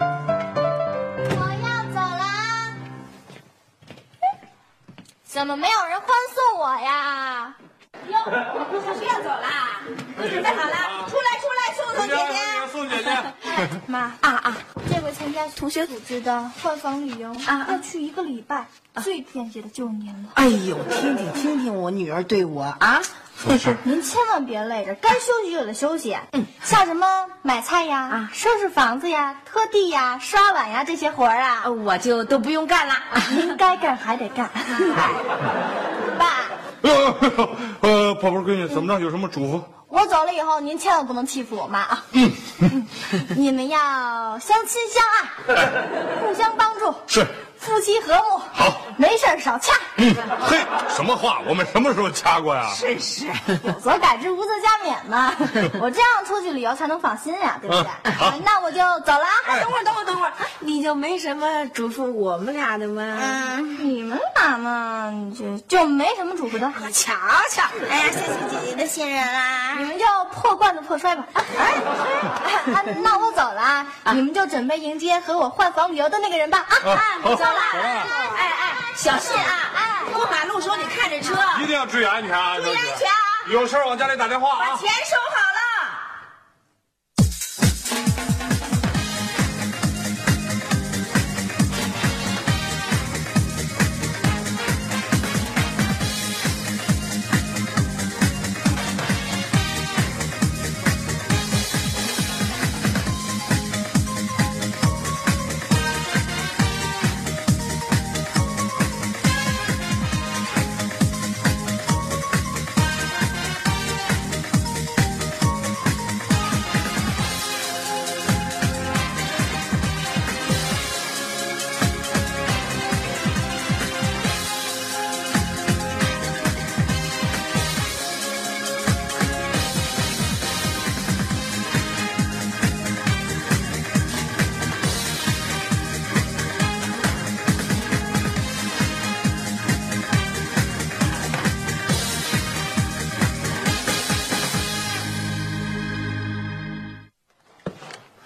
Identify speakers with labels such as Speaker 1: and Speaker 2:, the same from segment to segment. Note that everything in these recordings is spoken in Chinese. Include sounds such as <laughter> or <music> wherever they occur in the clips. Speaker 1: 我要走啦！怎么没有人欢送我呀？
Speaker 2: 哟，还是要走啦？都准备好啦，出来出来，送送姐姐。
Speaker 3: 宋姐姐，
Speaker 1: 妈
Speaker 2: 啊啊！
Speaker 1: 这回参加同学组织的换房旅游
Speaker 2: 啊
Speaker 1: 要去一个礼拜，最便捷的就是您了。
Speaker 2: 哎呦，听听听听，我女儿对我啊，
Speaker 1: 不
Speaker 2: <laughs>
Speaker 1: 是，您千万别累着，该休息就得休息。嗯，像什么买菜呀、
Speaker 2: 啊
Speaker 1: 收拾房子呀、拖地呀、刷碗呀这些活儿啊，
Speaker 2: 呃我就都不用干了。
Speaker 1: 您该干还得
Speaker 2: <laughs>
Speaker 1: 干。爸，
Speaker 3: 呃，宝贝儿闺女，怎么着？有什么嘱咐？
Speaker 1: 我走了以后，您千万不能欺负我妈
Speaker 2: <laughs>
Speaker 1: 啊！嗯，你们要相亲相爱，互相帮助，
Speaker 3: 是
Speaker 1: 夫妻和睦。
Speaker 3: 好，
Speaker 1: 没事儿少掐，
Speaker 3: 嗯，嘿，什么话？我们什么时候掐过呀？
Speaker 2: 真是，
Speaker 1: 有则改之，无则加勉
Speaker 2: <laughs>
Speaker 1: 嘛。我这样出去旅游才能放心呀、对不对？
Speaker 3: 嗯好
Speaker 1: 啊那我就走了啊。
Speaker 2: 等会儿，等会儿，等会儿，你就没什么嘱咐我们俩的吗？
Speaker 1: 嗯，你们俩嘛，就就没什么嘱咐的，
Speaker 2: 瞧瞧，哎呀，谢谢姐姐的信任啊啦。
Speaker 1: 你们就破罐子破摔吧。啊哎，哎啊那我走了啊，你们就准备迎接和我换房旅游的那个人吧。啊，
Speaker 3: 啊
Speaker 1: 我走
Speaker 3: 好
Speaker 1: 了。
Speaker 3: 哎
Speaker 2: 哎哎，小心啊！哎，过马路时候你看着车，
Speaker 3: 一定要注意安全啊！注
Speaker 2: 注意安全啊！
Speaker 3: 有事儿往家里打电话啊！
Speaker 2: 钱收好了。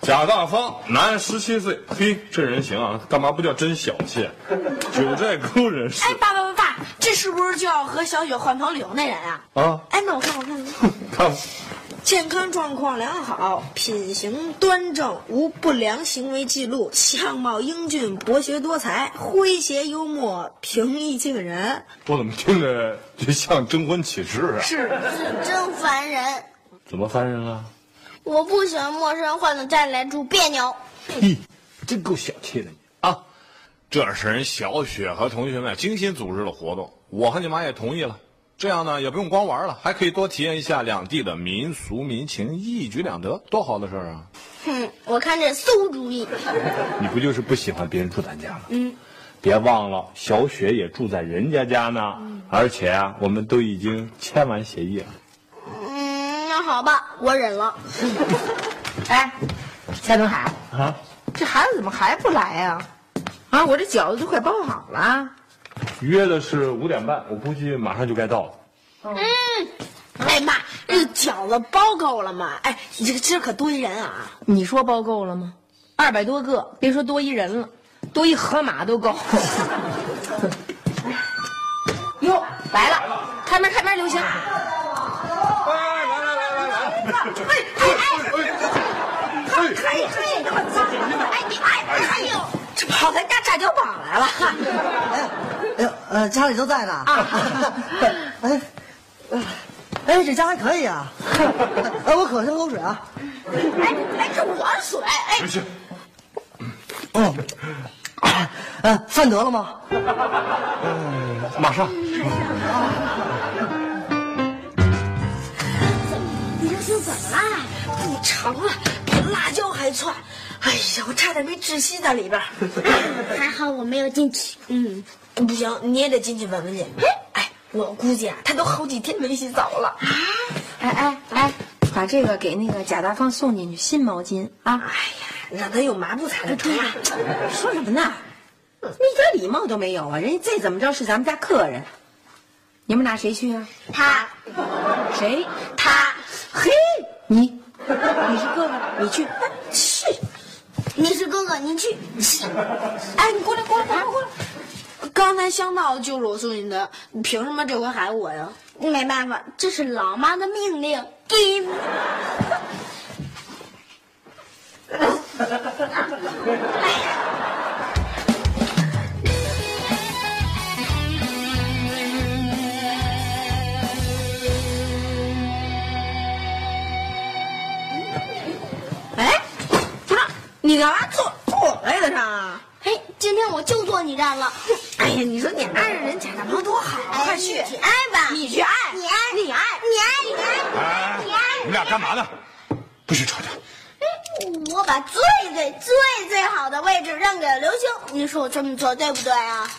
Speaker 3: 贾大方，男，十七岁。嘿，这人行啊，干嘛不叫真小气？九寨沟人士
Speaker 2: 哎，爸爸爸爸，这是不是就要和小雪换房旅游那人啊？
Speaker 3: 啊！
Speaker 2: 哎，那我看我看，
Speaker 3: 看，
Speaker 2: 健康状况良好，品行端正，无不良行为记录，相貌英俊，博学多才，诙谐幽默，平易近人，
Speaker 3: 我怎么听着就像征婚启事啊？
Speaker 2: 是
Speaker 1: 真烦人。
Speaker 3: 怎么翻人了？
Speaker 1: 我不喜欢陌生人换到家里来住，别扭。
Speaker 3: 嘿，真够小气的你啊！这是人小雪和同学们精心组织的活动，我和你妈也同意了。这样呢，也不用光玩了，还可以多体验一下两地的民俗民情，一举两得，多好的事儿啊！
Speaker 1: 哼，我看这馊主意。
Speaker 3: 你不就是不喜欢别人住咱家吗？嗯，别忘了，小雪也住在人家家呢。而且啊，我们都已经签完协议了。
Speaker 1: 嗯，那好吧，我忍
Speaker 4: <laughs>
Speaker 1: 了。
Speaker 5: 哎，夏东海，
Speaker 3: 啊，
Speaker 5: 这孩子怎么还不来呀、啊？我这饺子都快包好了。
Speaker 3: 约的是五点半，我估计马上就该到了。
Speaker 2: 哎妈，这个饺子包够了吗？哎，你这个今儿可堆人啊！
Speaker 5: 你说包够了吗？二百多个，别说多一人了，多一河马都够。哟，来了，开门开门，刘星。
Speaker 3: 哎，来来来来来，哎哎哎，哎
Speaker 2: 哎，哎，你哎你哎哎呦，这跑咱家炸碉堡来了！
Speaker 4: 哎呦，呃，家里都在呢。啊， <laughs> 哎，哎，这家还可以啊。哎，我渴，喝口水啊。
Speaker 2: 哎哎，这我的水！哎，
Speaker 3: 不是，
Speaker 5: 哦
Speaker 4: 嗯，嗯，
Speaker 5: 呃
Speaker 4: 饭得了吗？
Speaker 3: 呃马上。
Speaker 2: 你这是怎么啦？不成了，比辣椒还窜！哎呀，我差点没窒息在里边儿。
Speaker 1: 还好我没有进去。
Speaker 2: 嗯，不行，你也得进去闻闻去。哎，我估计啊，他都好几天没洗澡了。
Speaker 4: 啊
Speaker 5: 哎哎哎，把这个给那个贾大方送进去，新毛巾啊！哎呀，
Speaker 2: 让他用麻布擦着穿。
Speaker 5: <laughs> 说什么呢？你一点礼貌都没有啊！人家再怎么着是咱们家客人，你们俩谁去啊？
Speaker 1: 他
Speaker 5: 谁？
Speaker 1: 他
Speaker 5: 嘿，你，你是哥哥，你去。
Speaker 1: 去，你是哥哥，你去。哎，你过来，过来，过来，过来。
Speaker 2: 刚才香皂就是我送你的，你凭什么这回还我呀？
Speaker 1: 没办法，这是老妈的命令。给。
Speaker 2: 哎，不是，你干嘛坐坐我位子上啊？
Speaker 1: 嘿，哎今天我就坐你站了。
Speaker 2: 哎呀，你说你挨着人贾大鹏多好啊！快去，
Speaker 1: 哎你爱吧，
Speaker 2: 你去挨，
Speaker 1: 你爱，
Speaker 2: 你
Speaker 1: 你
Speaker 2: 爱，
Speaker 1: 爱，你爱，
Speaker 3: 哎，你们俩干嘛呢？不许吵架！
Speaker 1: 我把最最最最好的位置让给了刘星，你说我这么做对不对啊？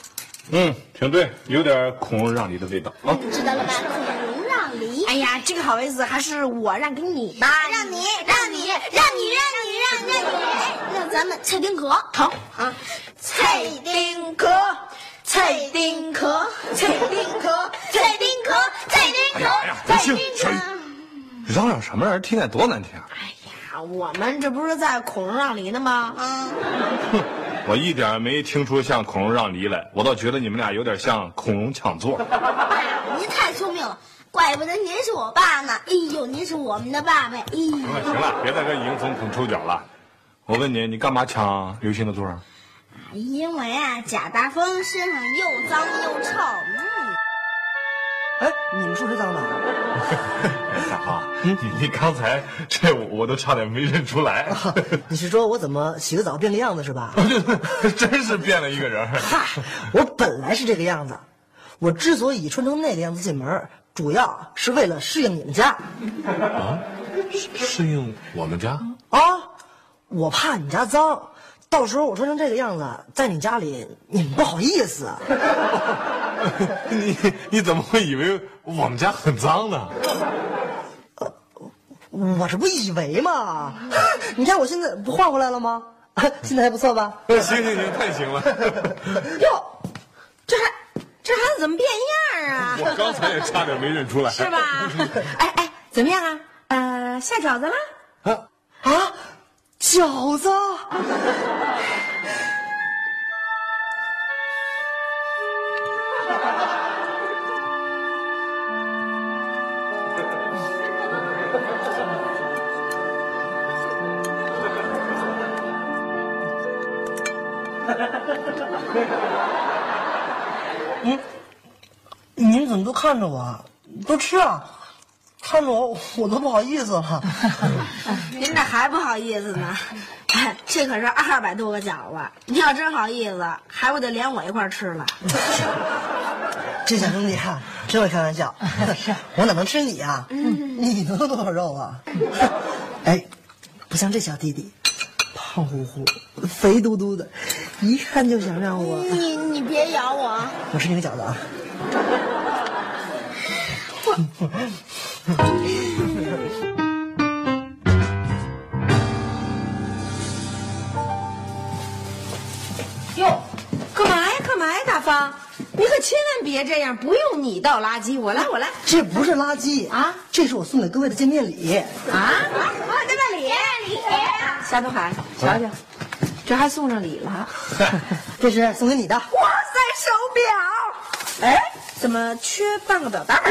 Speaker 3: 嗯，挺对，有点孔融让梨的味道啊。
Speaker 1: 知道了吧？孔融让梨，
Speaker 2: 哎呀，这个好位子还是我让给你吧。
Speaker 1: 让你，让你，让你，让你，让让你，哎让咱们蔡丁壳好啊，蔡丁壳，蔡丁壳，蔡丁壳，蔡丁壳，蔡丁壳
Speaker 3: 哎呀，哎
Speaker 1: 蔡
Speaker 3: 呀行
Speaker 1: 丁
Speaker 3: 行
Speaker 1: 壳。
Speaker 3: 嚷嚷什么呀？听见多难听啊！
Speaker 2: 啊我们这不是在孔融让梨呢吗？啊
Speaker 3: 我一点没听出像孔融让梨来，我倒觉得你们俩有点像孔融抢座。
Speaker 1: 您太聪明了，怪不得您是我爸呢。哎呦，您是我们的爸爸。哎呦，
Speaker 3: 行了行了，别在这迎风捧臭脚了。我问你，你干嘛抢刘星的座啊？
Speaker 1: 因为啊，贾大风身上又脏又臭。嗯，
Speaker 4: 哎，你们说谁脏了？
Speaker 3: 哎，大华，你你刚才这我我都差点没认出来， <laughs>
Speaker 4: 你是说我怎么洗个澡变个样子是吧？
Speaker 3: 真是变了一个人。
Speaker 4: 嗨，我本来是这个样子，我之所以穿成那个样子进门，主要是为了适应你们家
Speaker 3: 适应我们家？
Speaker 4: 啊。我怕你家脏，到时候我穿成这个样子，在你家里你们不好意思。
Speaker 3: <laughs> 你你怎么会以为我们家很脏呢？
Speaker 4: 我这不以为嘛，你看我现在不换回来了吗？ <laughs> 现在还不错吧？
Speaker 3: 行行行，太
Speaker 2: <laughs>
Speaker 3: 行了！
Speaker 2: 哟，这还这孩子怎么变样啊？
Speaker 3: 我刚才也差点没认出来，
Speaker 2: 是？吧？
Speaker 5: 哎哎，怎么样啊？呃，下饺子了？
Speaker 3: 啊，
Speaker 4: 啊，饺子，嗯，你们怎么都看着我？都吃啊！看着我，我都不好意思了。
Speaker 2: 您这还不好意思呢？哎这可是二百多个饺子，你要真好意思，还不得连我一块儿吃了？
Speaker 4: 这小兄弟啊，真会开玩笑。我哪能吃你啊？你能有多少肉啊？哎，不像这小弟弟，胖乎乎、肥嘟嘟的，一看就想让我
Speaker 2: 你你别咬我！
Speaker 4: 我吃你个饺子啊！
Speaker 5: 哟，干嘛呀？干嘛呀？大方，你可千万别这样，不用你倒垃圾，我来，我来。
Speaker 4: 这不是垃圾
Speaker 5: 啊，
Speaker 4: 这是我送给各位的见面礼。
Speaker 5: 啊啊！对吧，礼礼。夏东海，瞧瞧，这还送上礼了。
Speaker 4: 这是送给你的，
Speaker 2: 哇塞，手表！哎，怎么缺半个表带？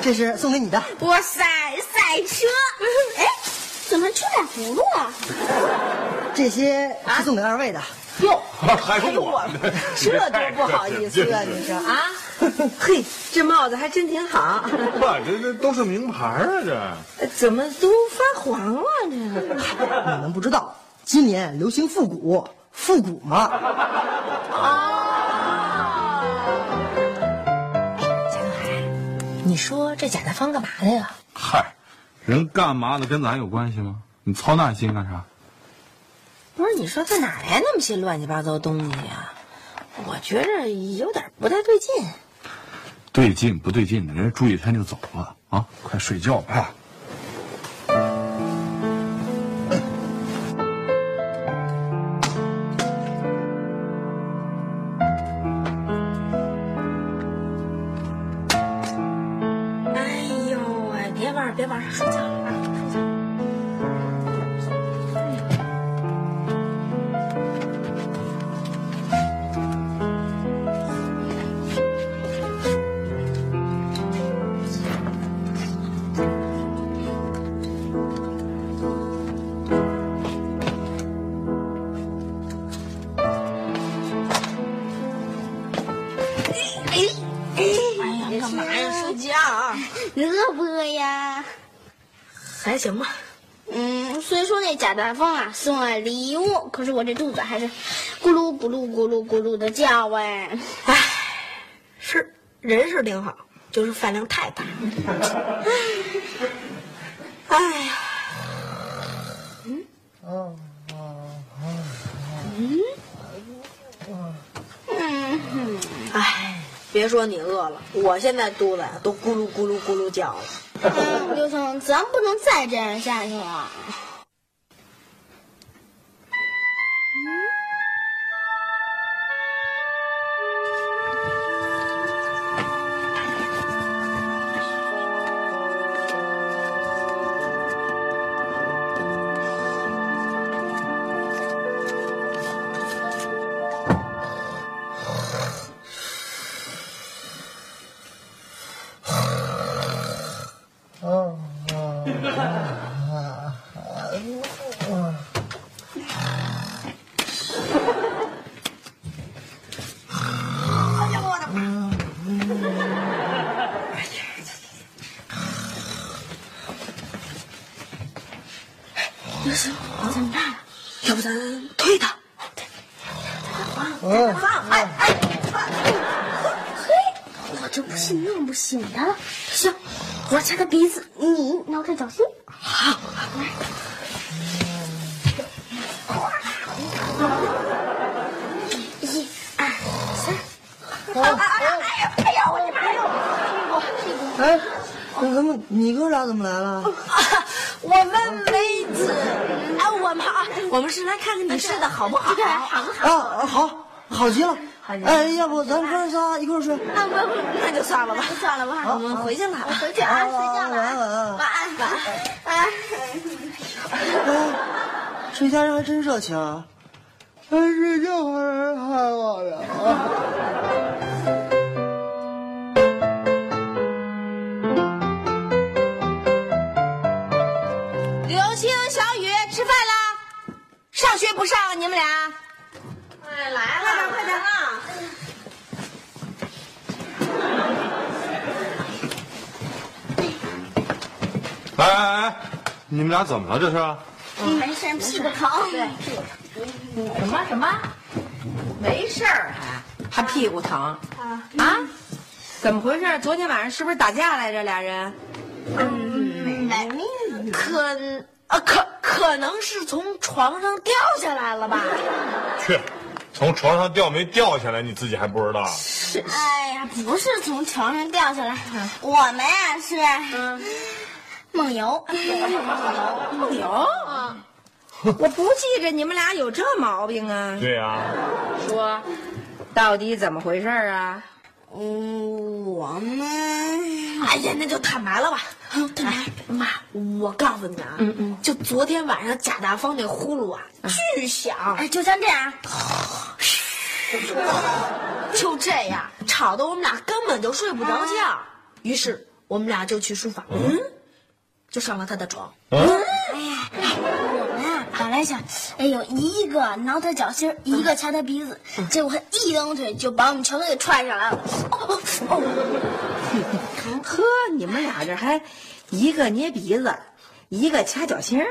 Speaker 4: 这是送给你的，
Speaker 1: 哇塞，赛车！哎，怎么出俩葫芦啊？
Speaker 4: 这些是送给二位的。
Speaker 2: 哟，
Speaker 3: <laughs> 还
Speaker 2: 哎
Speaker 3: 有
Speaker 2: 呦
Speaker 3: 我
Speaker 2: 我
Speaker 3: 呢，
Speaker 2: <laughs> 这多不好意思啊！ <laughs> 你说啊？嘿，这帽子还真挺好，哎
Speaker 3: 哇，这这 <laughs> 都是名牌啊，这
Speaker 2: 怎么都发黄了呢？
Speaker 4: 你们不知道，今年流行复古，复古嘛。
Speaker 5: 你说这贾大方干嘛的呀？
Speaker 3: 嗨，人干嘛的跟咱有关系吗？你操那心干啥？
Speaker 5: 不是，你说他哪来那么些乱七八糟东西呀、我觉着有点不太对劲。
Speaker 3: 对劲不对劲的，人家住一天就走了啊！快睡觉吧。
Speaker 2: 哎呦喂，别玩儿，别玩儿，睡觉啊，睡觉。哎呀，干嘛呀？睡觉啊，
Speaker 1: 你饿不饿呀？
Speaker 2: 还行吧。
Speaker 1: 嗯，虽说那贾大风啊送了礼物，可是我这肚子还是咕噜咕噜咕噜咕噜的叫哎。
Speaker 2: 唉，是人是挺好，就是饭量太大。哎呀，嗯，哎，别说你饿了，我现在肚子呀都咕噜咕噜咕噜叫了。
Speaker 1: 嗯刘聪，咱不能再这样下去了。
Speaker 2: 要不咱推他？
Speaker 4: 嗯，
Speaker 1: 我就不信弄不醒他。行，我掐他鼻子，你挠他脚心。
Speaker 2: 哎
Speaker 4: 哎，那怎么你哥俩怎么来
Speaker 5: 哦
Speaker 4: 了？
Speaker 2: 我们没子，哎，我们啊，我们是来看看你睡得好不好。
Speaker 4: 啊，啊好，好极了。哎，要不咱哥仨一块儿睡？
Speaker 2: 那不，那就算了吧，算了吧，我们回去了。
Speaker 1: 回去啊，睡觉了
Speaker 4: 晚安
Speaker 1: 啊。
Speaker 4: 晚安。
Speaker 1: 安，晚安。啊，
Speaker 4: 哎，这家人还真热情啊！哎，睡觉还是害我的啊！
Speaker 5: 刘星、小雨吃饭啦？上学不上啊？你们俩？哎，来了，快点，快点啊！
Speaker 3: 哎哎哎，你们俩怎么了？这是？
Speaker 1: 没事，屁股疼。
Speaker 5: 什么什么？没事儿还还屁股疼啊？怎么回事？昨天晚上是不是打架来着？俩人？
Speaker 2: 可啊，可可能是从床上掉下来了吧？
Speaker 3: 去，从床上掉没掉下来，你自己还不知道？
Speaker 1: 哎呀，不是从床上掉下来，
Speaker 2: 嗯
Speaker 1: 我们呀是梦游。
Speaker 5: 梦游？
Speaker 2: 嗯
Speaker 5: 我不记着你们俩有这毛病啊！
Speaker 3: 对呀、
Speaker 5: 说，到底怎么回事儿啊？
Speaker 2: 嗯，我们哎呀，那就坦白了吧。哎，妈，我告诉你啊，嗯嗯，就昨天晚上贾大方那呼噜啊，巨响，
Speaker 1: 哎，就像这样，
Speaker 2: 就这样吵得我们俩根本就睡不着觉。
Speaker 4: 啊
Speaker 2: 于是我们俩就去书房，嗯，就上了他的床。
Speaker 1: 本来想，哎呦，一个挠他脚心儿，一个掐他鼻子，
Speaker 5: 嗯
Speaker 1: 结果他一蹬腿就把我们全都给踹上来了。哦哦，
Speaker 4: 嗯
Speaker 5: 呵，你们俩这还一个捏鼻子，一个掐脚心儿，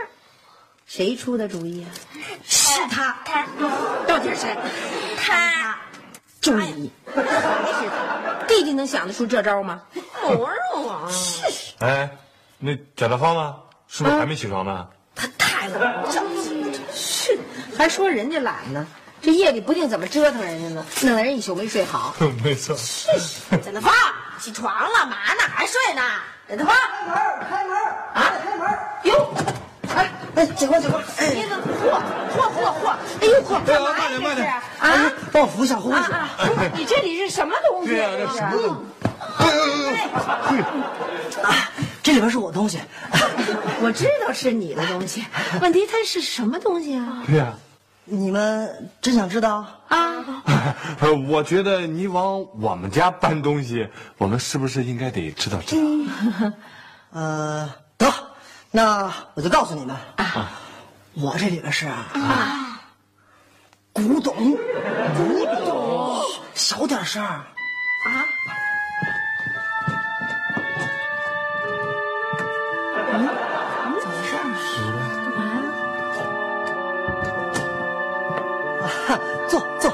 Speaker 5: 谁出的主意啊？哎
Speaker 2: 是他，
Speaker 1: 他
Speaker 5: 到底是谁？
Speaker 1: 他
Speaker 5: 就是你，弟弟能想得出这招吗？
Speaker 2: 不是我，
Speaker 3: 哎，那贾大方呢？是
Speaker 2: 啊
Speaker 3: 不是还没起床呢？
Speaker 2: 他太冷了。
Speaker 5: <laughs> 还说人家懒呢，这夜里不定怎么折腾人家呢，弄得人一宿没睡好。
Speaker 3: <laughs>
Speaker 5: 啊
Speaker 3: 没错。
Speaker 5: 枕头发，啊起床了，嘛呢？还睡呢？枕头发，
Speaker 4: 开门，开门
Speaker 5: 啊
Speaker 4: 开门！
Speaker 5: 哟，哎，
Speaker 4: 哎，警官，警官，哎，
Speaker 5: 你怎么嚯嚯嚯嚯，哎呦嚯，干嘛呀
Speaker 3: 慢点慢
Speaker 5: 这是
Speaker 3: 点
Speaker 5: 啊
Speaker 4: 哎帮我扶一下护
Speaker 5: 啊
Speaker 4: 士。
Speaker 5: 啊！你这里是什么东西？
Speaker 3: 对啊呀，这
Speaker 5: 这是
Speaker 3: 什么都
Speaker 4: 这里边是我东西，
Speaker 5: <laughs> 我知道是你的东西，问题它是什么东西啊？
Speaker 3: 对呀。
Speaker 4: 你们真想知道？
Speaker 5: 啊，
Speaker 3: 呃，我觉得你往我们家搬东西，我们是不是应该得知道知道？
Speaker 4: 呃，得，那我就告诉你们，我这里边是啊，古董，古董，小点声儿。嗯啊？嗯，怎么回事？干嘛呀？坐坐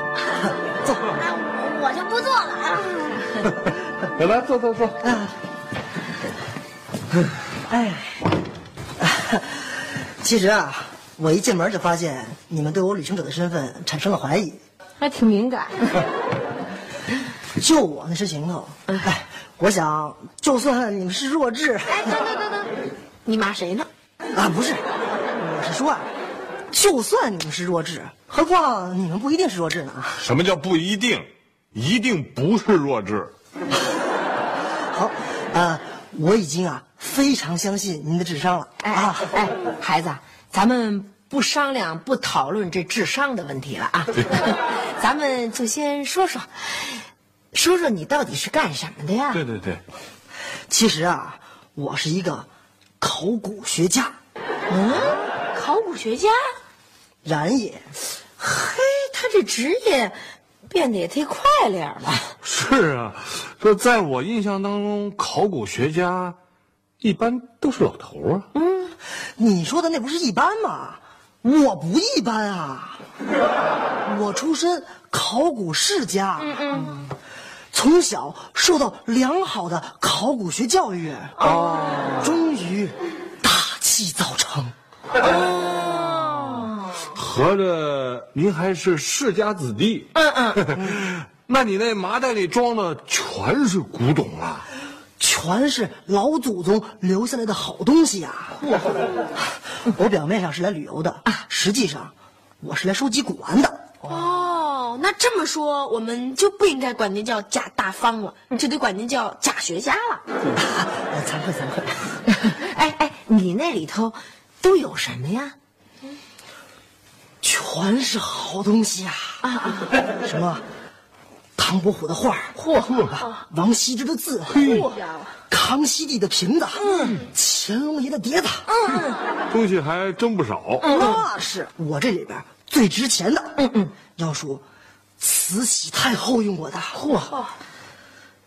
Speaker 4: 坐。
Speaker 1: 啊，我我就不做了啊。
Speaker 3: 来来，坐坐坐。
Speaker 4: 哎，其实啊，我一进门就发现你们对我旅行者的身份产生了怀疑。
Speaker 5: 还挺敏感。
Speaker 4: 就我那身行头，
Speaker 5: 嗯
Speaker 4: 哎，我想就算你们是弱智
Speaker 5: 哎，等等等等，你骂谁呢？
Speaker 4: 啊，不是，我是说啊，就算你们是弱智，何况你们不一定是弱智呢啊。
Speaker 3: 什么叫不一定？一定不是弱智。
Speaker 4: 好，呃，我已经啊非常相信您的智商了
Speaker 5: 哎
Speaker 4: 啊。
Speaker 5: 哎，孩子，咱们不商量、不讨论这智商的问题了
Speaker 4: <laughs>
Speaker 5: 啊，咱们就先说说，说说你到底是干什么的呀？
Speaker 3: 对对对，
Speaker 4: 其实啊，我是一个考古学家，
Speaker 5: 嗯，考古学家，
Speaker 4: 然也。
Speaker 5: 嘿，他这职业变得也忒快点
Speaker 4: <laughs>
Speaker 5: 儿了。
Speaker 3: 是啊，这在我印象当中，考古学家一般都是老头儿啊。
Speaker 4: 你说的那不是一般吗？我不一般啊！我出身考古世家，嗯嗯，从小受到良好的考古学教育，哦，终于大器早成。
Speaker 3: 合着您还是世家子弟？嗯嗯。 <laughs> 那你那麻袋里装的全是古董啊？
Speaker 4: 全是老祖宗留下来的好东西 <laughs> 啊！我表面上是来旅游的，实际上我是来收集古玩的。
Speaker 5: 哦，那这么说，我们就不应该管您叫假大方了，就得管您叫假学家了。
Speaker 4: 呃惭愧惭愧。 <laughs>
Speaker 5: 哎哎，你那里头都有什么呀？
Speaker 4: 全是好东西啊！ <laughs> 什么唐伯虎的画儿，嗯王羲之的字，嗯康熙帝的瓶子，乾隆爷的碟子，
Speaker 3: 东西还真不少。
Speaker 4: 那是我这里边最值钱的。嗯嗯，要数慈禧太后用过的，嚯，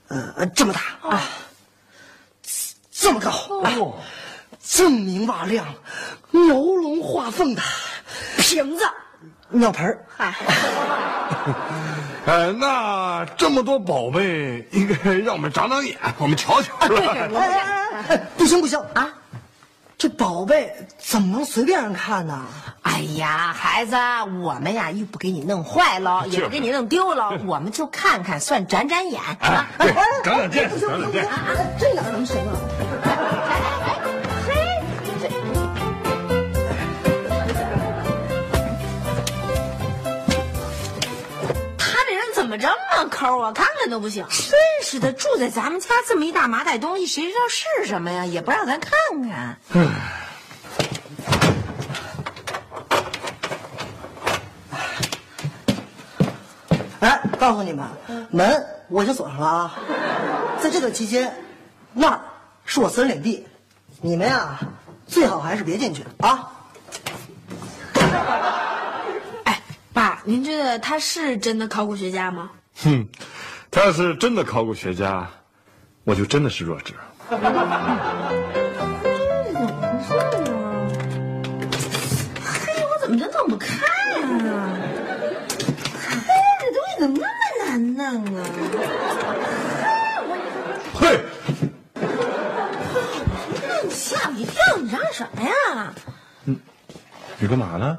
Speaker 4: 呃，这么大啊，这么高，锃明瓦亮，描龙画凤的瓶子、尿盆儿。
Speaker 3: 哎，那这么多宝贝，应该让我们长长眼，我们瞧瞧
Speaker 5: <laughs>
Speaker 3: 了。
Speaker 4: 哎哎哎，不行不行啊！这宝贝怎么能随便让人看呢？
Speaker 5: 哎呀，孩子，我们呀又不给你弄坏了，也不给你弄啊丢了，我们就看看，算展展眼。
Speaker 3: 哎， <laughs> 对，长长
Speaker 5: <laughs>
Speaker 3: 见识，长长见识。
Speaker 4: 这哪能行啊？
Speaker 5: 他这人怎么这么抠啊？看看都不行。真是的，住在咱们家这么一大麻袋东西，谁知道是什么呀？也不让咱看看。
Speaker 4: 哎，告诉你们，门我已经锁上了啊。在这段期间，那儿是我私人领地，你们呀最好还是别进去啊。
Speaker 5: 哎，爸，您觉得他是真的考古学家吗？
Speaker 3: 哼，他要是真的考古学家，我就真的是弱智。
Speaker 5: 哎，我怎么就弄不开啊？哎，这东西怎么那么难弄啊？
Speaker 3: 嘿，
Speaker 5: 你吓我一跳！你嚷什么呀？
Speaker 3: 你干嘛呢？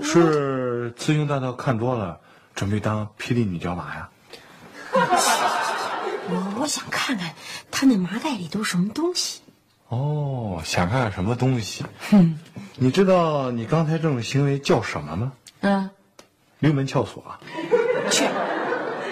Speaker 3: 是是雌雄大盗看多了，准备当霹雳女角马呀？
Speaker 5: 我我想看看他那麻袋里都是什么东西。
Speaker 3: 哦，想看看什么东西？你知道你刚才这种行为叫什么吗？
Speaker 5: 嗯，
Speaker 3: 溜门撬锁啊！
Speaker 5: 去，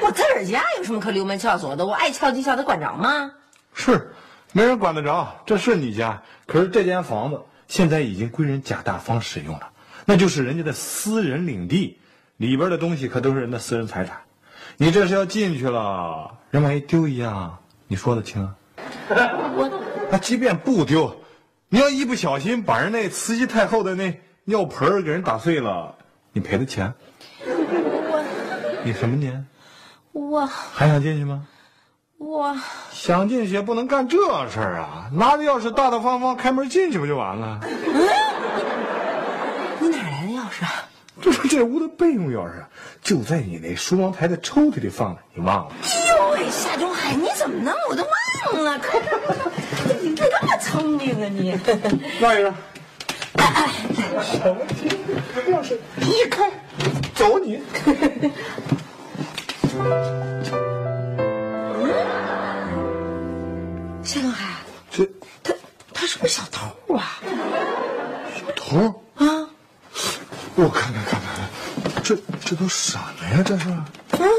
Speaker 5: 我自个儿家有什么可溜门撬锁的？我爱撬就撬，他管着吗？
Speaker 3: 是，没人管得着，这是你家，可是这间房子现在已经归人贾大方使用了，那就是人家的私人领地，里边的东西可都是人的私人财产，你这是要进去了，人万一丢一样，你说得清啊？我，啊，即便不丢，你要一不小心把人那慈禧太后的那尿盆儿给人打碎了，你赔的钱？我，你什么年？
Speaker 5: 我
Speaker 3: 还想进去吗？
Speaker 5: 我
Speaker 3: 想进去也不能干这事儿啊！拿着钥匙大大方方开门进去不就完了？
Speaker 5: 嗯你哪来的钥匙啊？
Speaker 3: 这是这屋的备用钥匙，啊就在你那梳妆台的抽屉里放着，你忘了？
Speaker 5: 哎呦喂，夏中海，你怎么能我都忘了？快快快快！你这么聪明啊
Speaker 3: <laughs>
Speaker 5: 你！哎
Speaker 3: 那一个，什么钥匙？一开，走你！
Speaker 5: 夏东海，
Speaker 3: 这
Speaker 5: 他他是不是小偷啊？
Speaker 3: 头啊！我看看看看，这这都什么呀？这是？啊！
Speaker 5: 嗯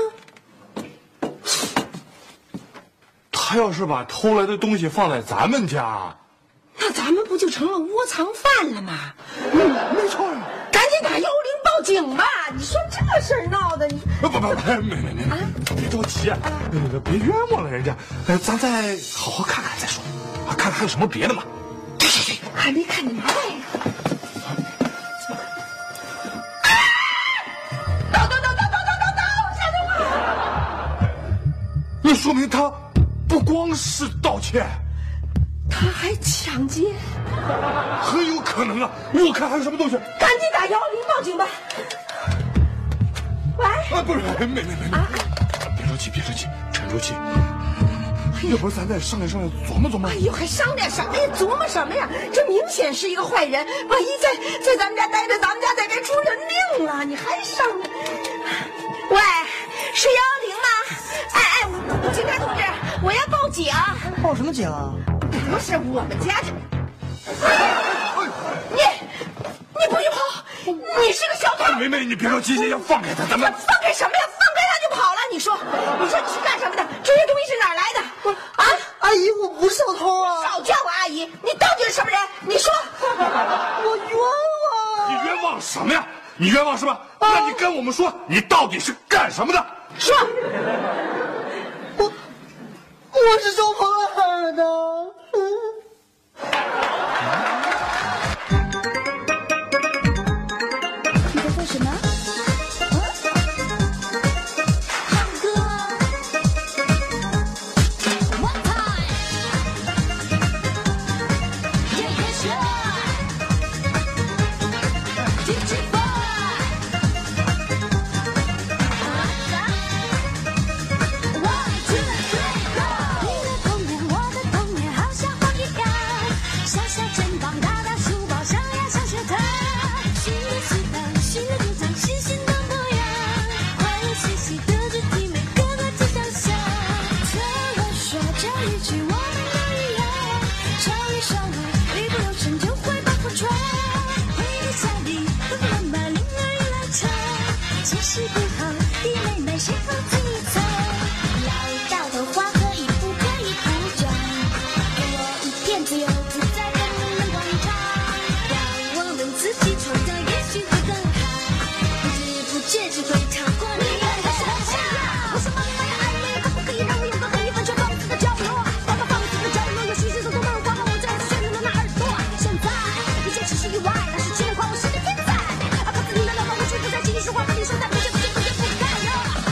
Speaker 3: 他要是把偷来的东西放在咱们家，
Speaker 5: 那咱们不就成了窝藏犯了吗？嗯
Speaker 3: 没错呀、
Speaker 5: 赶紧打幺零报警吧！你说这事儿闹的，你
Speaker 3: <laughs> 不不不，没没没，别着急，啊那个别冤枉了人家，哎，咱再好好看看再说，啊，看看还有什么别的嘛。
Speaker 5: 还没看你麻袋呢。
Speaker 3: 那说明他不光是盗窃，
Speaker 5: 他还抢劫！
Speaker 3: 很有可能啊。我看还有什么东西？啊，
Speaker 5: 赶紧打幺零报警吧！
Speaker 3: 啊不是，没没没没，哎别着急，别着急，沉住气。要不咱再商量商量，琢磨琢磨
Speaker 5: 哎。呦，还商量什么呀？琢磨什么呀？这明显是一个坏人，万一在在咱们家待着，咱们家再该出人命了。你还商量？喂，是幺幺零吗？哎哎，警察同志，我要报警！
Speaker 4: 报什么警啊？
Speaker 5: 不是我们家这，你你不许跑！你是个小偷！
Speaker 3: 梅梅，你别着急，要放开他，咱们
Speaker 5: 放开什么呀？放开他就跑了！你说，你说你是干什么的？这些东西是哪儿来的？啊！
Speaker 4: 阿姨，我不是小偷啊，
Speaker 5: 少叫我阿姨！你到底是什么人？你说，
Speaker 4: 我冤枉。
Speaker 5: 啊
Speaker 3: 你冤枉什么呀？你冤枉是吧？那你跟我们说，你到底是干什么的？
Speaker 5: 说，
Speaker 4: 我我是周鹏尔的。嗯
Speaker 6: 你在做什么？嗯，唱歌。One time，演歌曲。DJ boy。One two three go。你的童年，我的童年，好像风一样，小小肩膀，大大书包，上呀上学堂。新的翅膀，新的主张，新新的模样，快乐学习的肢体，每个个都想象。对我说这一句，我们都一样，少里少外，一不留神就会把破窗。回到家里，爸爸妈妈铃儿一来敲，解释不好，弟妹妹谁放最早？老大的话可以不可以不讲？给我一片自由自在的人们广场，让我们自己创造，也许会更好。不知不觉就会超过你的想象。我说妈妈呀，爱你可不可以让我有个可以完全放肆的角落？爸爸放肆的角落，有许许多多漫画和我最爱炫动的那耳朵。现在一切只是意外，那是奇人夸我是个天才。啊，把自己的浪漫和追逐在记忆说话，把你说在不见不见不见。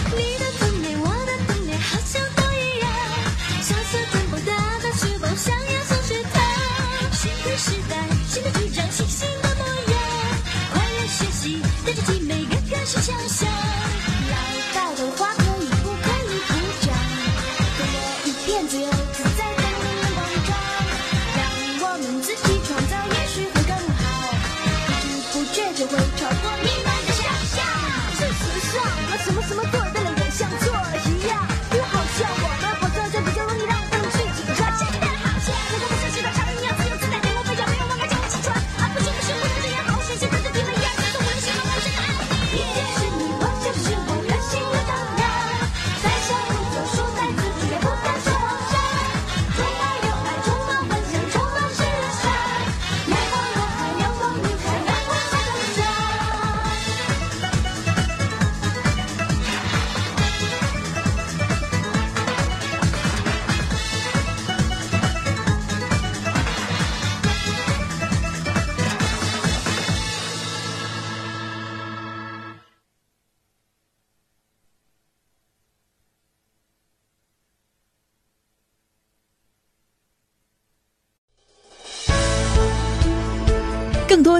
Speaker 7: 更多